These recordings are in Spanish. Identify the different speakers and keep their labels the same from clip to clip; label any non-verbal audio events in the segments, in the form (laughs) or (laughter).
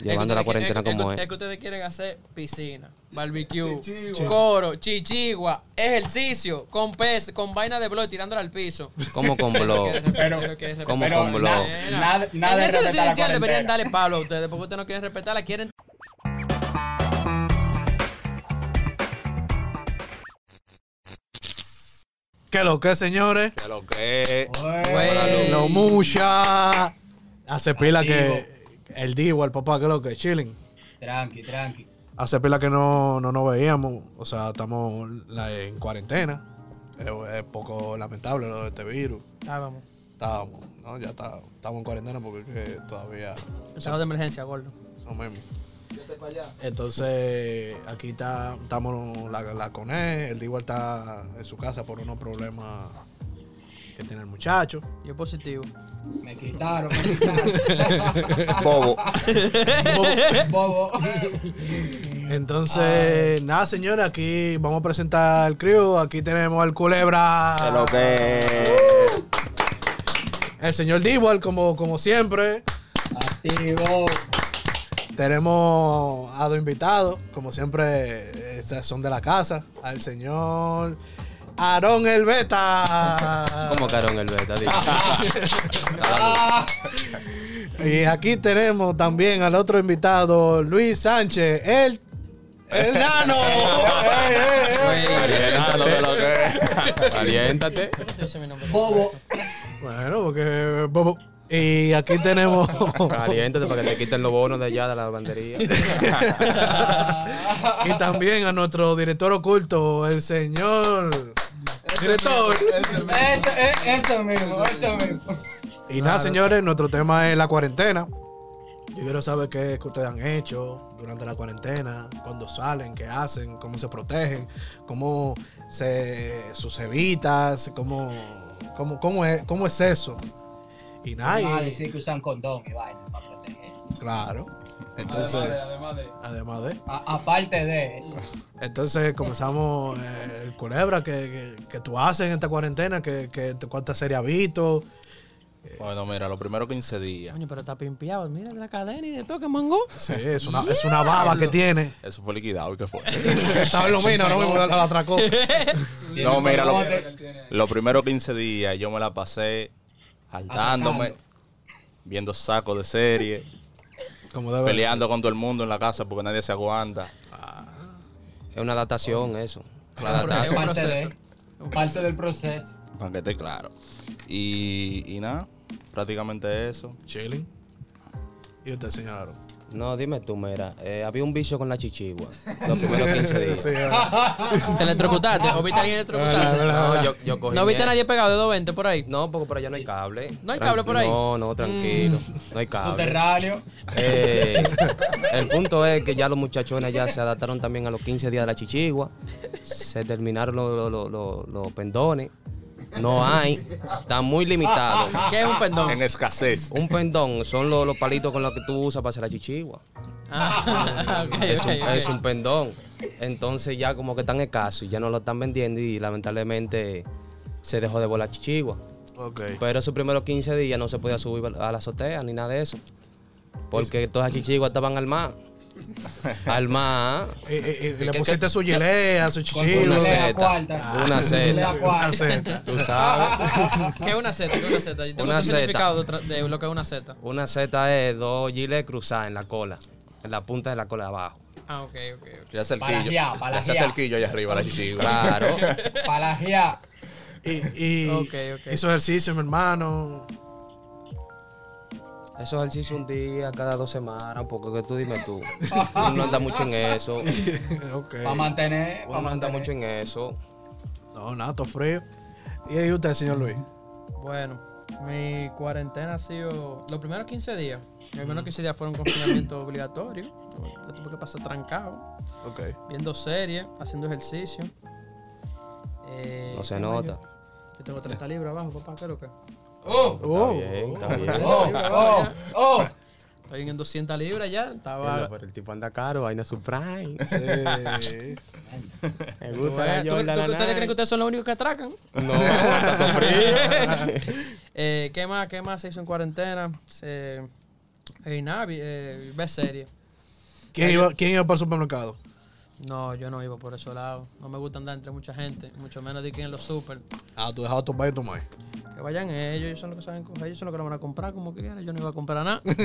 Speaker 1: llevando la cuarentena como
Speaker 2: es.
Speaker 1: es.
Speaker 2: que ustedes quieren hacer piscina, barbecue,
Speaker 3: Chichigua.
Speaker 2: coro, chichigua, ejercicio, con pez, con vaina de blog tirándola al piso.
Speaker 1: Como
Speaker 2: (laughs)
Speaker 1: con blog.
Speaker 3: Pero-
Speaker 1: Como
Speaker 3: pero
Speaker 1: con blog.
Speaker 3: na-
Speaker 2: Era.
Speaker 3: nada, nada de
Speaker 2: en ese
Speaker 3: respetar la
Speaker 2: residencial deberían
Speaker 3: cuarentena.
Speaker 2: darle palo a ustedes porque ustedes no quieren respetarla, quieren.
Speaker 4: ¿Qué lo que, señores?
Speaker 1: Que lo que
Speaker 3: eh,
Speaker 2: Güey.
Speaker 4: Lo mucha. Hace pila
Speaker 3: Activo.
Speaker 4: que. Él dijo al papá que lo que, chilling.
Speaker 3: Tranqui, tranqui.
Speaker 4: Hace pila que no, no nos veíamos. O sea, estamos la- en cuarentena. Es, es poco lamentable lo de este virus.
Speaker 2: Estábamos.
Speaker 4: Estábamos, ¿no? Ya está- estamos en cuarentena porque es que todavía
Speaker 2: Estado de emergencia, gordo.
Speaker 4: son mismos. Entonces, aquí está, estamos la, la con él. El Digo está en su casa por unos problemas que tiene el muchacho.
Speaker 2: Yo positivo.
Speaker 3: Me quitaron, me
Speaker 1: (laughs)
Speaker 3: quitaron.
Speaker 5: Bobo.
Speaker 3: Bobo.
Speaker 4: Entonces, nada, señores, aquí vamos a presentar al crew. Aquí tenemos al culebra.
Speaker 5: Que lo que.
Speaker 4: El señor Diwal, como, como siempre.
Speaker 3: Activo.
Speaker 4: Tenemos a dos invitados, como siempre, eh, son de la casa. Al señor Aarón
Speaker 1: (laughs)
Speaker 4: El Beta.
Speaker 1: ¿Cómo caron el
Speaker 2: (laughs)
Speaker 1: beta? Digo.
Speaker 4: Y aquí tenemos también al otro invitado, Luis Sánchez,
Speaker 5: (laughs)
Speaker 4: el, el nano. Ey, ey, ey.
Speaker 5: Lo que lo que.
Speaker 1: Aliéntate.
Speaker 2: Yo sé Este mi nombre.
Speaker 3: Bobo.
Speaker 4: Bueno, porque. bobo. Y aquí tenemos.
Speaker 1: Aliéntate para que te quiten los bonos de allá de la lavandería.
Speaker 4: y también a nuestro director oculto, el señor. Director.
Speaker 3: Eso, es- eso mismo, eso mismo.
Speaker 4: Y nada, señores, nuestro tema es la cuarentena. Yo quiero saber qué es que ustedes han hecho durante la cuarentena, cuándo salen, qué hacen, cómo se protegen, cómo se sus evitas, cómo, cómo, cómo, es, cómo es eso. Y nada, y-
Speaker 3: Vamos a Ah, decir que usan condón y vaina para protegerse.
Speaker 4: claro. Entonces,
Speaker 6: Además de,
Speaker 4: además de,
Speaker 3: A- aparte de.
Speaker 4: entonces comenzamos eh, el culebra que, que, que tú haces en esta cuarentena, que, que cuántas series has visto.
Speaker 5: Bueno, mira, los primeros 15 días.
Speaker 2: Coño, pero está pimpeado. Mira la cadena y de todo que
Speaker 3: (laughs)
Speaker 2: mango.
Speaker 4: Sí, es una, es una baba que tiene.
Speaker 5: Eso fue liquidado. ¿y ¿Qué
Speaker 2: (laughs)
Speaker 5: fue?
Speaker 4: Estaba en lo mina, no la, la atracó.
Speaker 5: No, mira, lo-
Speaker 3: bigote.
Speaker 5: los primeros 15 días yo me la pasé jaltándome,
Speaker 3: Atacando.
Speaker 5: viendo sacos
Speaker 2: (laughs)
Speaker 5: de serie,
Speaker 4: Como debe.
Speaker 5: peleando con todo el mundo en la casa porque nadie se aguanta.
Speaker 1: Es una adaptación eso. Una
Speaker 2: Es
Speaker 1: adaptación.
Speaker 2: un
Speaker 3: Parte
Speaker 2: proceso.
Speaker 3: de. Parte del proceso.
Speaker 5: Para que esté claro. Y, y nada, prácticamente eso.
Speaker 4: Chilling. Y usted, señor.
Speaker 1: No, dime tú, mira. eh, había un bicho con la chichigua. Los
Speaker 4: (laughs)
Speaker 1: primeros 15 días.
Speaker 2: ¿Te electrocutaste? ¿O viste a
Speaker 3: Ah,
Speaker 2: alguien electrocutarse?
Speaker 1: No, yo, yo cogí
Speaker 2: ¿No viste a
Speaker 1: miedo.
Speaker 2: nadie pegado de 220 por ahí?
Speaker 1: No, porque por allá no hay cable.
Speaker 2: ¿No hay cable por ahí? Mm.
Speaker 1: No, no, tranquilo. No hay cable.
Speaker 3: Subterráneo.
Speaker 1: Eh, el punto es que ya los muchachones ya se adaptaron también a los 15 días de la chichigua. Se terminaron los, los- los- los- los pendones. No hay. Están muy limitados.
Speaker 2: ¿Qué es un pendón?
Speaker 5: En escasez.
Speaker 1: Un pendón son los, los palitos con los que tú usas para hacer la chichigua.
Speaker 2: Ah, (laughs) ok,
Speaker 1: es, un,
Speaker 2: ok, ok.
Speaker 1: es un pendón. Entonces ya como que están escasos y ya no lo están vendiendo y lamentablemente se dejó de volar chichigua.
Speaker 4: Ok.
Speaker 1: Pero esos primeros 15 días no se podía subir a la azotea ni nada de eso. Porque todas las chichiguas estaban al mar. Al mar.
Speaker 4: Y, y- y le
Speaker 1: ¿Qué-
Speaker 4: pusiste su gilea, su
Speaker 3: Con
Speaker 4: chichilo.
Speaker 3: su
Speaker 1: una
Speaker 3: seta.
Speaker 1: seta.
Speaker 3: cuarta.
Speaker 1: Una
Speaker 3: Lea
Speaker 1: seta.
Speaker 4: Una
Speaker 3: cuarta.
Speaker 4: seta.
Speaker 1: Tú sabes.
Speaker 2: ¿Qué es una Z? ¿Qué es eh, una Z? Yo tengo
Speaker 1: Una
Speaker 2: un
Speaker 1: zeta.
Speaker 2: significado de, de lo que es una Z.
Speaker 1: Una seta es dos giles cruzadas en la cola. En la punta de la cola de abajo.
Speaker 2: Ah, ok, ok. ok.
Speaker 5: Ya
Speaker 3: Palajeado, palajeado.
Speaker 5: allá arriba, la chichiga.
Speaker 1: Claro.
Speaker 2: (laughs)
Speaker 3: Palajear.
Speaker 4: Y, y
Speaker 2: Ok, ok.
Speaker 4: hizo ejercicio, mi hermano.
Speaker 1: Eso ejercicio un día cada dos semanas, porque que tú dime tú. Uno no anda mucho en eso.
Speaker 4: ok.
Speaker 3: Para mantener.
Speaker 1: Uno
Speaker 3: Para
Speaker 1: no anda
Speaker 3: mantener.
Speaker 1: mucho en eso.
Speaker 4: No, nada, todo frío. Y ahí usted, señor Luis.
Speaker 2: Bueno, mi cuarentena ha sido. Los primeros 15 días. Los primeros 15 días fueron confinamiento obligatorio. Yo tuve que pasar trancado,
Speaker 4: Ok.
Speaker 2: viendo series, haciendo ejercicio. Eh,
Speaker 1: No se
Speaker 2: ¿qué más
Speaker 1: nota.
Speaker 2: Yo, yo tengo 30 libras abajo, papá, ¿qué es lo que?
Speaker 3: Oh,
Speaker 4: Oh,
Speaker 1: Bien, está bien.
Speaker 3: oh, oh, oh.
Speaker 2: Estoy en 200 libras ya. Estaba.
Speaker 1: Pero el tipo anda caro, vaina Prime. (laughs)
Speaker 4: sí.
Speaker 1: Me
Speaker 2: ¿Tú- tú- tú- ¿Ustedes creen que ustedes son los únicos que atracan?
Speaker 1: No, (laughs) está con frío.
Speaker 2: (laughs) Eh, ¿Qué más? ¿Qué más se hizo en cuarentena? Se- Y nada, vi- eh, ve series.
Speaker 4: ¿Quién iba, ¿Quién iba para el supermercado?
Speaker 2: No, yo no iba por ese lado. No me gusta andar entre mucha gente, mucho menos de que en los super.
Speaker 4: Ah, tú dejabas tu país tomar.
Speaker 2: Que vayan ellos, ellos son los que saben coger, ellos son los que lo van a comprar como quieran. Yo no iba a
Speaker 1: (laughs)
Speaker 2: comprar nada.
Speaker 4: ok.
Speaker 2: Yo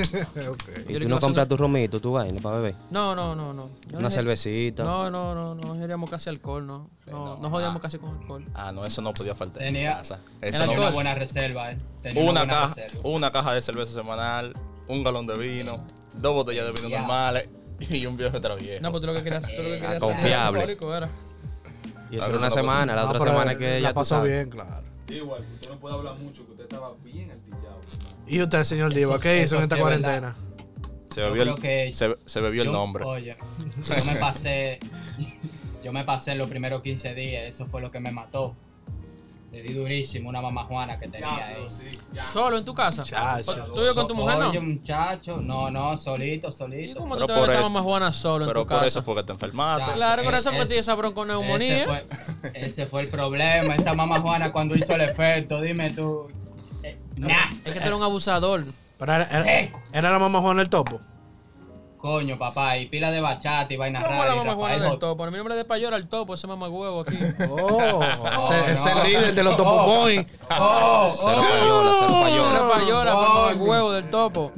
Speaker 1: Y
Speaker 2: le
Speaker 1: tú
Speaker 2: iba a
Speaker 1: no compras
Speaker 2: hacer-
Speaker 1: tu romito, tu vaina para beber.
Speaker 2: No, no, no, no. Yo
Speaker 1: Una
Speaker 2: dije-
Speaker 1: cervecita.
Speaker 2: No, no, no, no jodíamos casi alcohol, no. No, no jodíamos casi con alcohol.
Speaker 5: Ah, no, eso no podía faltar en mi
Speaker 3: Tenía-
Speaker 5: casa.
Speaker 2: Era
Speaker 5: Eso
Speaker 3: Tenía
Speaker 5: no-
Speaker 3: una
Speaker 2: alcohol.
Speaker 3: buena reserva, eh. Tenía
Speaker 5: una,
Speaker 3: buena
Speaker 5: caja,
Speaker 3: reserva.
Speaker 5: una caja de cerveza semanal, un galón de vino, dos botellas de vino
Speaker 3: Ya.
Speaker 5: normales (laughs) y un viejo extraviejo.
Speaker 2: No, pues tú lo que querías, tú lo que querías
Speaker 1: Ah, confiable.
Speaker 2: era alcohólico, era.
Speaker 1: Y
Speaker 5: Ah,
Speaker 1: eso
Speaker 5: pero
Speaker 1: era una
Speaker 5: eso no-
Speaker 1: semana, la
Speaker 4: Ah,
Speaker 1: otra
Speaker 4: pero
Speaker 1: semana que
Speaker 4: la
Speaker 1: ya tú
Speaker 4: pasó
Speaker 1: sabes.
Speaker 4: bien, claro.
Speaker 6: Igual, usted no puede hablar mucho, que usted estaba bien altillado. hermano.
Speaker 4: ¿Y usted, señor Diva,
Speaker 3: Eso-
Speaker 4: qué hizo
Speaker 3: eso
Speaker 4: en esta
Speaker 3: sí es verdad.
Speaker 4: cuarentena?
Speaker 5: se
Speaker 3: yo
Speaker 5: bebió el,
Speaker 3: creo que-
Speaker 5: se, se bebió el
Speaker 3: Yo-
Speaker 5: nombre.
Speaker 3: Oye, yo me pasé. Yo me pasé los primeros 15 días, eso fue lo que me mató. Le di durísimo una mamá Juana que tenía ahí.
Speaker 6: Diablo, sí.
Speaker 2: ¿Solo en tu casa?
Speaker 4: Chacho.
Speaker 2: ¿Tú vives con tu mujer, no?
Speaker 3: Oye, muchacho, no, no, solito,
Speaker 2: ¿Y
Speaker 3: solito.
Speaker 2: cómo tú
Speaker 5: Pero
Speaker 2: te
Speaker 5: por
Speaker 2: ves a
Speaker 5: eso-
Speaker 2: mamá Juana solo en
Speaker 5: Pero
Speaker 2: tu
Speaker 5: por
Speaker 2: casa?
Speaker 5: eso fue que te enfermaste.
Speaker 3: Ya.
Speaker 2: Claro, por eso fue que
Speaker 3: Ese-
Speaker 2: tienes esa bronconeumonía.
Speaker 3: Ese fue, ese fue el problema, esa mamá Juana cuando hizo el efecto, dime tú. Eh, nah,
Speaker 2: Es
Speaker 3: (laughs)
Speaker 2: que tú eres un abusador.
Speaker 4: Pero era, era-
Speaker 3: Seco.
Speaker 4: era la mamá Juana el topo.
Speaker 3: coño, papá, y pila de bachata y vaina
Speaker 2: ¿Cómo la
Speaker 3: rara. y
Speaker 2: mamá Juana
Speaker 3: Rafael
Speaker 2: del
Speaker 3: Bot-
Speaker 2: topo? Mi nombre es de Payola, el topo, ese mamá huevo
Speaker 3: (laughs)
Speaker 2: aquí.
Speaker 4: Oh, ese, ese es
Speaker 3: no.
Speaker 4: el líder de los Topo
Speaker 3: (laughs)
Speaker 4: Boys.
Speaker 3: (laughs) Oh,
Speaker 1: Cero payola, cero payola.
Speaker 2: Era Payola,
Speaker 3: no,
Speaker 2: mamá
Speaker 3: no.
Speaker 2: huevo del
Speaker 3: (laughs)
Speaker 2: topo.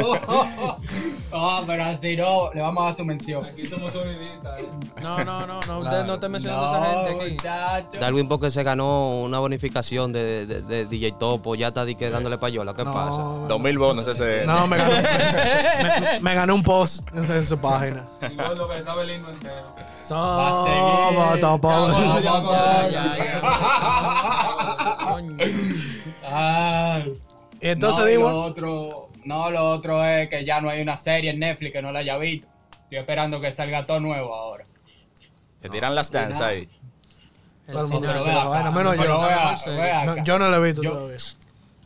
Speaker 3: oh, oh, oh, pero así no, le vamos a dar su mención.
Speaker 6: Aquí somos sonidistas. eh.
Speaker 2: No, no, no, no, ustedes no están mencionando
Speaker 3: No,
Speaker 2: a esa gente aquí.
Speaker 3: muchacho.
Speaker 1: Darwin porque se ganó una bonificación de, de- de DJ Topo, ya está di que dándole payola, ¿qué pasa?
Speaker 4: No,
Speaker 5: (laughs) Dos mil bonos ese.
Speaker 4: no, me ganó, me, me ganó un post en, en su página.
Speaker 6: Igual lo que sabe el himno entero.
Speaker 3: (laughs) Va a
Speaker 4: Somos
Speaker 3: seguir.
Speaker 4: Topo Boys.
Speaker 6: Vamos, vamos, vamos.
Speaker 2: Ya, ya. Coño.
Speaker 3: Ay.
Speaker 4: Y entonces
Speaker 3: no, y
Speaker 4: Diva,
Speaker 3: lo otro, no, lo otro es que ya no hay una serie en Netflix que no la haya visto. Estoy esperando que salga todo nuevo ahora.
Speaker 5: Te tiran las danzas ahí.
Speaker 4: todo el mundo
Speaker 2: final.
Speaker 3: Pero
Speaker 4: se quedó,
Speaker 3: vea
Speaker 4: vaina,
Speaker 3: acá,
Speaker 4: menos
Speaker 3: pero
Speaker 4: yo.
Speaker 3: vea-
Speaker 2: No,
Speaker 3: vea
Speaker 4: No,
Speaker 3: acá.
Speaker 4: yo no lo he visto
Speaker 3: Yo-
Speaker 4: todavía.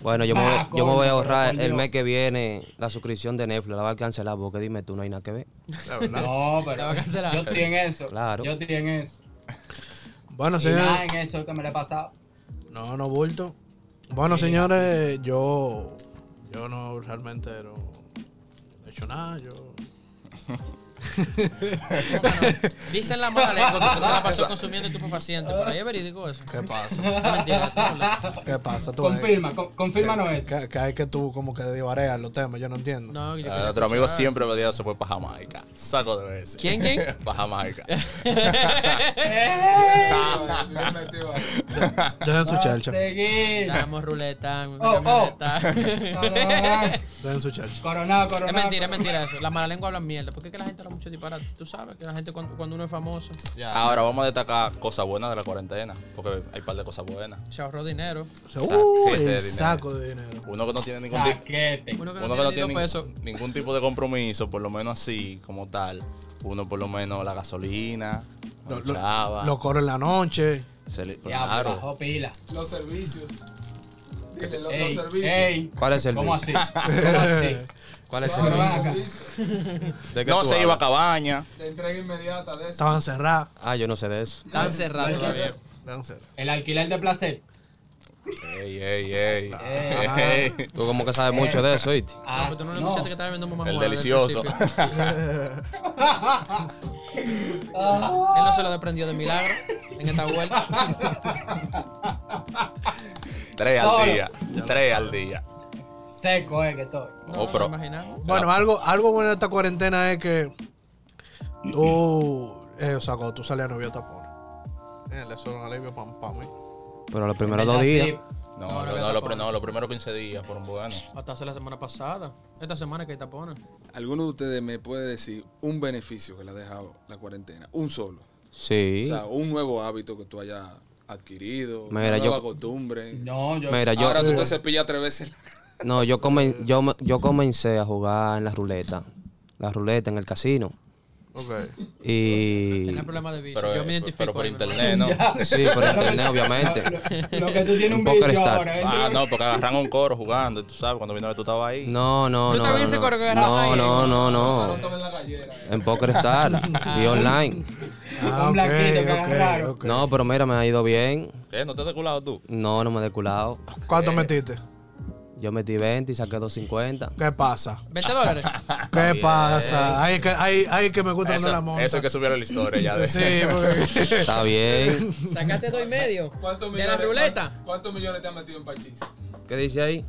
Speaker 1: Bueno, yo me, voy-
Speaker 3: Ah,
Speaker 1: yo me voy a
Speaker 3: coño,
Speaker 1: ahorrar
Speaker 3: pero por
Speaker 1: el
Speaker 3: Dios.
Speaker 1: mes que viene la suscripción de Netflix, la va a cancelar porque dime tú, no hay nada que ver.
Speaker 3: No,
Speaker 2: Te va a
Speaker 3: pero
Speaker 2: cancelar.
Speaker 3: yo estoy en eso.
Speaker 1: Claro.
Speaker 3: Yo estoy en eso.
Speaker 4: Bueno,
Speaker 3: Y nada
Speaker 4: señores.
Speaker 3: en eso que me le he pasado.
Speaker 4: No, no bulto. Bueno, señores, yo. Yo no realmente no he hecho nada. Yo.
Speaker 2: Bueno, Dicen la mala lengua que tú se la pasó consumiendo estupefacientes. Por ahí es verídico eso.
Speaker 4: ¿Qué pasa?
Speaker 2: No mentira, eso no es verdad.
Speaker 4: (laughs) ¿Qué pasa? Tú,
Speaker 3: Confirma, co- confírmanos
Speaker 4: eh,
Speaker 3: eso.
Speaker 4: que, que hay que tú como que divareas los temas, yo no entiendo.
Speaker 2: No, yo
Speaker 5: Ah,
Speaker 2: quería
Speaker 5: Nuestro amigo
Speaker 2: escuchar.
Speaker 5: siempre pedía se fue para Jamaica. Saco de veces.
Speaker 2: ¿Quién, quién?
Speaker 5: (laughs)
Speaker 3: (laughs)
Speaker 5: Para Jamaica.
Speaker 2: Eh.
Speaker 3: Eh.
Speaker 6: Ay, bien metido ahí.
Speaker 4: Den su
Speaker 3: Va a
Speaker 4: chelcha.
Speaker 3: seguir.
Speaker 2: Estamos ruleta, en
Speaker 3: Oh, oh.
Speaker 2: camioneta.
Speaker 3: Coronado,
Speaker 4: Den su chelcha.
Speaker 3: Coronado, coronado.
Speaker 2: Es mentira, es mentira eso. Las malas lenguas hablan mierda. ¿Por qué que la gente habla mucho disparate? Tú sabes que la gente cuando, cuando uno es famoso
Speaker 5: Ahora vamos a destacar cosas buenas de la cuarentena. Porque hay un par de cosas buenas.
Speaker 2: se ahorró dinero.
Speaker 4: Uy,
Speaker 5: Saquete de
Speaker 4: el
Speaker 5: dinero.
Speaker 4: saco de dinero.
Speaker 5: Uno que no tiene ningún tipo.
Speaker 3: Saquete.
Speaker 2: Uno que no tiene ni
Speaker 5: uno que no
Speaker 2: dos
Speaker 5: tiene
Speaker 2: pesos.
Speaker 5: nin- ningún tipo de compromiso, por lo menos así, como tal. Uno por lo menos la gasolina,
Speaker 4: Lo-
Speaker 5: lo,
Speaker 4: lo- Lo coro en la noche.
Speaker 5: se le-
Speaker 3: Ya, pues,
Speaker 5: claro.
Speaker 3: bajó pila.
Speaker 6: Los servicios. Dile, los, los
Speaker 3: Ey,
Speaker 6: servicios.
Speaker 3: ey.
Speaker 1: ¿Cuál es el
Speaker 3: ¿Cómo
Speaker 1: servicio?
Speaker 3: así? ¿Cómo así?
Speaker 1: ¿Cuál es el
Speaker 6: Ahora,
Speaker 1: servicio?
Speaker 3: Servicio.
Speaker 6: servicio.
Speaker 1: ¿De qué
Speaker 5: No
Speaker 1: tú
Speaker 5: se
Speaker 1: hablas?
Speaker 5: iba a cabaña.
Speaker 6: De entrega inmediata de eso.
Speaker 4: Estaban cerrados.
Speaker 1: Ah, yo no sé de eso.
Speaker 2: Tan cerrado todavía.
Speaker 4: Estaban cerrados.
Speaker 3: El alquiler de placer.
Speaker 5: Ey, ey, ey.
Speaker 3: Eh,
Speaker 5: (laughs) Ey.
Speaker 1: Tú como que sabes mucho de eso, ¿viste?
Speaker 2: Ah,
Speaker 3: ah,
Speaker 2: pero tú no lo
Speaker 3: no.
Speaker 2: escuchaste que estaba viendo mamá
Speaker 5: El
Speaker 2: Juana desde
Speaker 5: delicioso.
Speaker 2: principio. Él no se lo desprendió de milagro en esta
Speaker 5: (laughs)
Speaker 2: vuelta.
Speaker 5: (laughs) Tres al
Speaker 3: Solo.
Speaker 5: día. Tres al día.
Speaker 3: Seco es que estoy.
Speaker 2: No,
Speaker 5: Oh,
Speaker 2: no
Speaker 5: pero-
Speaker 2: me imaginaba.
Speaker 4: Bueno, algo, algo bueno de esta cuarentena es que tú, eh, o sea, cuando tú salías no había tapones. Eh, eso era un alivio para mí.
Speaker 1: Pero los primeros dos días.
Speaker 2: No,
Speaker 5: No, no,
Speaker 2: no
Speaker 5: no,
Speaker 2: había
Speaker 5: lo-
Speaker 2: tapones.
Speaker 5: no, los primeros 15 días fueron buenos.
Speaker 2: Hasta hace la semana pasada. Esta semana que hay tapones.
Speaker 7: ¿Alguno de ustedes me puede decir un beneficio que le ha dejado la cuarentena? Un solo. O
Speaker 1: Sí.
Speaker 7: sea, un nuevo hábito que tú hayas adquirido,
Speaker 1: Mira,
Speaker 7: una nueva
Speaker 1: yo-
Speaker 7: costumbre.
Speaker 3: No, yo.
Speaker 1: Mira, yo,
Speaker 7: Ahora tú te cepillas tres veces.
Speaker 1: no, yo, comen- yo, me- yo comencé a jugar en la ruleta. La ruleta en el casino.
Speaker 4: Ok.
Speaker 1: Y.
Speaker 2: Tenía problemas de vicio.
Speaker 5: Pero,
Speaker 2: Yo me
Speaker 5: eh,
Speaker 2: identifico.
Speaker 5: pero por
Speaker 2: ahí, mi hermano.
Speaker 5: internet, ¿no?
Speaker 1: Sí, por internet, obviamente.
Speaker 3: Lo que tú tienes un
Speaker 1: Un poker
Speaker 3: vicio
Speaker 1: star.
Speaker 3: ahora. eso
Speaker 5: Ah,
Speaker 3: es-
Speaker 5: no, porque agarran un coro jugando, tú sabes, cuando vino a ver tú estabas ahí.
Speaker 1: No, no, no.
Speaker 2: Yo también
Speaker 1: no,
Speaker 2: ese
Speaker 1: no.
Speaker 2: coro que agarraba
Speaker 1: no,
Speaker 2: ahí.
Speaker 1: no, no,
Speaker 6: No
Speaker 1: no.
Speaker 6: tomen la gallera. eh.
Speaker 1: En Poker Star y online.
Speaker 4: Ah,
Speaker 3: Un
Speaker 4: ok,
Speaker 3: blanquito que
Speaker 4: ok,
Speaker 3: agarraron.
Speaker 4: ok.
Speaker 1: No, pero mira, me ha ido bien.
Speaker 5: ¿Qué? ¿No te has deculado tú?
Speaker 1: No, no me he deculado.
Speaker 4: ¿Cuánto metiste?
Speaker 1: Yo metí 20 y saqué 250.
Speaker 4: ¿Qué pasa?
Speaker 2: 20
Speaker 5: (laughs)
Speaker 2: dólares.
Speaker 4: ¿Qué pasa? Ahí que, ahí, ahí que me gusta cuando la
Speaker 5: Eso,
Speaker 4: monta.
Speaker 5: eso es que subieron la historia ya de (laughs)
Speaker 4: Sí, porque...
Speaker 1: Está
Speaker 2: (laughs)
Speaker 1: bien.
Speaker 2: Sacaste dos y medio.
Speaker 6: ¿Cuántos
Speaker 2: De la
Speaker 6: millones-
Speaker 2: ruleta.
Speaker 6: cuán- ¿Cuántos millones te han metido en Pachis?
Speaker 1: ¿Qué dice ahí?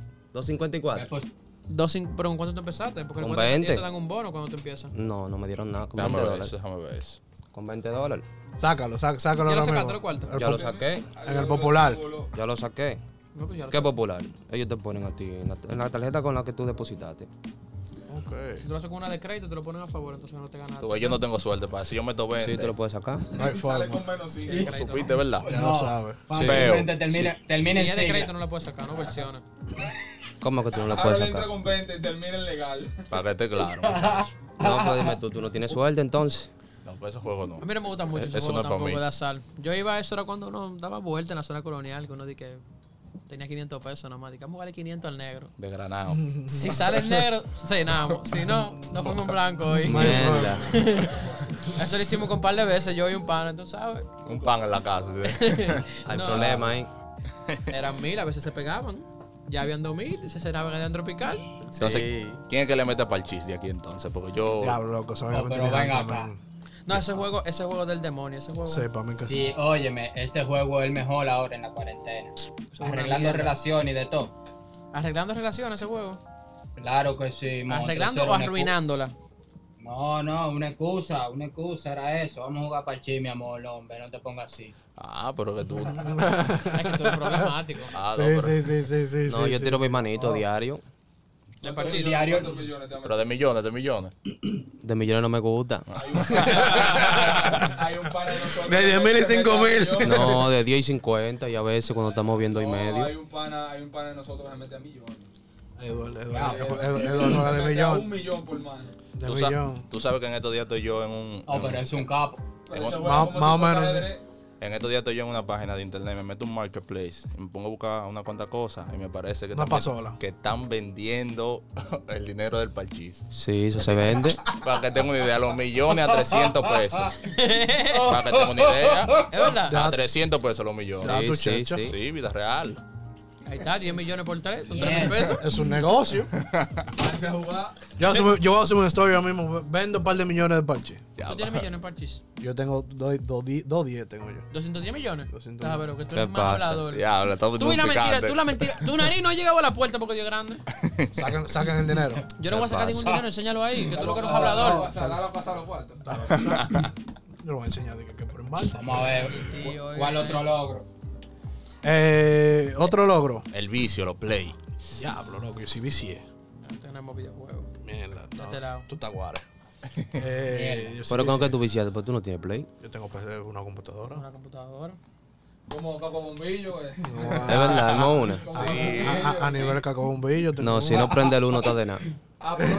Speaker 3: Me
Speaker 1: 254.
Speaker 2: Pues,
Speaker 3: puse-
Speaker 2: Dos cin- pero ¿con cuánto tú empezaste? Porque
Speaker 1: Con
Speaker 2: recuerda que a ti
Speaker 1: 20.
Speaker 2: te dan un bono cuando tú empiezas.
Speaker 1: No, no me dieron nada. Con 20
Speaker 5: Déjame ver eso,
Speaker 1: dólares.
Speaker 5: déjame ver eso.
Speaker 1: Con 20 dólares.
Speaker 4: sácalo, sá- sácalo
Speaker 2: Ya lo
Speaker 4: ahora
Speaker 2: sacaste,
Speaker 4: mismo.
Speaker 2: lo cuarto.
Speaker 4: El
Speaker 1: Ya lo
Speaker 4: pop-
Speaker 1: saqué.
Speaker 4: En el popular.
Speaker 1: Ya lo saqué.
Speaker 2: No, pues ya lo
Speaker 1: ¿Qué
Speaker 2: sabes.
Speaker 1: popular? Ellos te ponen a ti en la, en la tarjeta con la que tú depositaste.
Speaker 2: Si tú lo haces con una de crédito, te lo ponen a favor, entonces no te ganas.
Speaker 5: Tú ves, yo no tengo suerte para eso. Yo meto
Speaker 1: Sí,
Speaker 5: 20.
Speaker 1: te lo puedes sacar.
Speaker 4: No hay
Speaker 6: Sale
Speaker 4: forma.
Speaker 6: con menos cinco.
Speaker 2: Sí, crédito,
Speaker 5: Supiste, ¿verdad?
Speaker 4: Ya lo sabes.
Speaker 3: Fácilmente termina,
Speaker 2: Si
Speaker 3: termina en
Speaker 2: es de
Speaker 3: sigla.
Speaker 2: crédito, no la puedes sacar, no versiones.
Speaker 1: ¿Cómo que tú no la
Speaker 6: Ahora
Speaker 1: puedes
Speaker 6: le entra
Speaker 1: sacar?
Speaker 6: con 20 y termina en legal.
Speaker 5: Para que esté
Speaker 4: (laughs)
Speaker 5: claro. muchacho.
Speaker 1: No, pues dime tú, tú no tienes suerte entonces.
Speaker 5: No, pues esos juegos no.
Speaker 2: A mí no me gusta mucho
Speaker 5: Eh,
Speaker 2: ese
Speaker 5: eso
Speaker 2: juego
Speaker 5: no es pa'
Speaker 2: tampoco
Speaker 5: mí.
Speaker 2: de azar. Yo iba a eso, era cuando uno daba vuelta en la zona colonial, que uno di que tenía 500 pesos nomás. Digamos, vale 500 al negro.
Speaker 5: De granado.
Speaker 2: Si sale el negro, cenamos. Si no, nos fuimos en blanco hoy.
Speaker 1: Mierda.
Speaker 2: (laughs) Eso lo hicimos con un par de veces, yo y un pana, tú sabes.
Speaker 5: Un pan en la casa.
Speaker 4: (laughs)
Speaker 5: ¿sí?
Speaker 1: Hay
Speaker 2: No.
Speaker 1: problema ahí.
Speaker 2: Eran mil, a veces se pegaban. Ya habían dos mil, se cerraba en tropical.
Speaker 5: Entonces, ¿quién es que le mete para el chis de aquí entonces? Porque yo.
Speaker 4: Diablo, loco, eso
Speaker 3: No, pero
Speaker 4: inteligente,
Speaker 3: venga
Speaker 4: man.
Speaker 2: No, ese juego, ese juego del demonio, ese juego.
Speaker 4: Sí, para mí que sí.
Speaker 3: Sí, óyeme, ese juego es el mejor ahora en la cuarentena.
Speaker 2: es una
Speaker 3: Arreglando
Speaker 2: mierda.
Speaker 3: relaciones y de todo.
Speaker 2: Arreglando relaciones, ese juego.
Speaker 3: Claro que sí. monstruo,
Speaker 2: Arreglando
Speaker 3: eso era
Speaker 2: o
Speaker 3: una excu-
Speaker 2: arruinándola.
Speaker 3: No, no, una excusa, una excusa era eso. Vamos a jugar parchís, mi amor, hombre, no te pongas así.
Speaker 5: Ah, pero
Speaker 4: (laughs)
Speaker 5: que
Speaker 2: (laughs)
Speaker 5: tú.
Speaker 2: Es que tú eres problemático.
Speaker 5: Ah, no,
Speaker 4: Sí,
Speaker 5: pero,
Speaker 4: sí, sí, sí, sí.
Speaker 1: No,
Speaker 4: sí,
Speaker 1: yo
Speaker 4: sí.
Speaker 1: tiro mis manitos diario.
Speaker 2: El
Speaker 6: ¿Cuántos
Speaker 2: parchís.
Speaker 6: millones-
Speaker 3: Diario.
Speaker 6: ¿Cuántos millones te han
Speaker 5: pero de millones, de millones.
Speaker 1: De millones no me gusta.
Speaker 4: Ah.
Speaker 6: metido? Hay un par de nosotros.
Speaker 4: De 10.000 y
Speaker 6: que mete
Speaker 4: 5.000.
Speaker 6: a
Speaker 1: (laughs)
Speaker 6: millones.
Speaker 1: No, de 10 y 50 y a veces cuando estamos viendo y
Speaker 6: No, Hay
Speaker 1: medio.
Speaker 6: un pana, hay un pana de nosotros que se mete a millones.
Speaker 4: Eduardo,
Speaker 3: Ah,
Speaker 4: Eduardo, Eduardo,
Speaker 6: Se
Speaker 4: Eduardo, Eduardo, de
Speaker 6: mete a Un
Speaker 4: millón.
Speaker 6: millón por mano.
Speaker 4: De
Speaker 5: sa-
Speaker 4: millón.
Speaker 5: tú sabes que en estos días estoy yo en un.
Speaker 3: Oh,
Speaker 5: en-
Speaker 3: pero es un capo.
Speaker 6: Pero ese
Speaker 5: Más-
Speaker 6: juego como
Speaker 4: más o
Speaker 6: cinco
Speaker 4: menos,
Speaker 6: padres,
Speaker 5: En estos días estoy yo en una página de internet, me meto un marketplace, y me pongo a buscar una cuanta cosa y me parece que,
Speaker 4: Una
Speaker 5: están,
Speaker 4: pasola.
Speaker 5: ven- que están vendiendo (laughs) el dinero del parchís.
Speaker 1: Sí, eso se vende.
Speaker 5: Para que tenga una idea, los millones a 300
Speaker 2: (laughs)
Speaker 5: pesos. Para que tenga una idea.
Speaker 2: Es verdad.
Speaker 5: A 300 pesos los millones.
Speaker 4: (laughs) Ah,
Speaker 1: Sí,
Speaker 4: tu
Speaker 1: sí,
Speaker 4: checha.
Speaker 1: sí.
Speaker 5: Sí, vida real.
Speaker 2: Ahí está, 10 millones por 3, son
Speaker 3: Bien.
Speaker 2: 3 mil pesos.
Speaker 4: Es un negocio.
Speaker 6: pónganse a jugar.
Speaker 4: Yo, voy a subir- yo voy a subir una historia ahora mismo. Vendo un par de millones de parches.
Speaker 5: Ya,
Speaker 2: ¿Tú tienes millones en parchís?
Speaker 4: Yo tengo dos dos di- dos diez tengo yo.
Speaker 2: 210 millones.
Speaker 4: 210.
Speaker 2: Déjame ver, que tú
Speaker 1: ¿Qué
Speaker 2: eres más
Speaker 1: pasa?
Speaker 2: hablador.
Speaker 5: Diablo, estamos
Speaker 2: Tú y la mentira,
Speaker 5: duplicando.
Speaker 2: tú la mentira. Tu nariz no ha llegado a la puerta porque Dios es grande.
Speaker 4: Sacan, sacan el dinero.
Speaker 2: Yo no voy a sacar
Speaker 5: pasa?
Speaker 2: ningún dinero, enséñalo ahí, que tú lo que eres un
Speaker 6: Dale a
Speaker 2: hablador.
Speaker 6: pasar, dale a pasar los cuartos.
Speaker 4: Yo lo voy a enseñar de que, que por embalde.
Speaker 3: Vamos a ver
Speaker 2: Tío,
Speaker 3: cuál
Speaker 2: eh.
Speaker 3: otro logro.
Speaker 4: Eh, otro logro.
Speaker 5: El vicio, los play.
Speaker 4: Diablo, loco, yo sí vicié.
Speaker 2: No tenemos videojuegos.
Speaker 4: Mierda. no,
Speaker 2: este lado.
Speaker 4: Tú te aguares. Eh, yo sí
Speaker 1: Pero con
Speaker 4: vicié.
Speaker 1: que tú viciaste, pues tú no tienes play.
Speaker 4: Yo tengo pues, una computadora.
Speaker 2: Una computadora.
Speaker 6: Como Caco Bombillo. eh.
Speaker 1: Es verdad, no
Speaker 4: (laughs)
Speaker 1: una.
Speaker 6: Como
Speaker 4: A,
Speaker 6: Caco
Speaker 4: a- a- a nivel cacobombillo. tengo
Speaker 1: No,
Speaker 4: una.
Speaker 1: si no prende el uno, está de nada.
Speaker 6: Ah, pero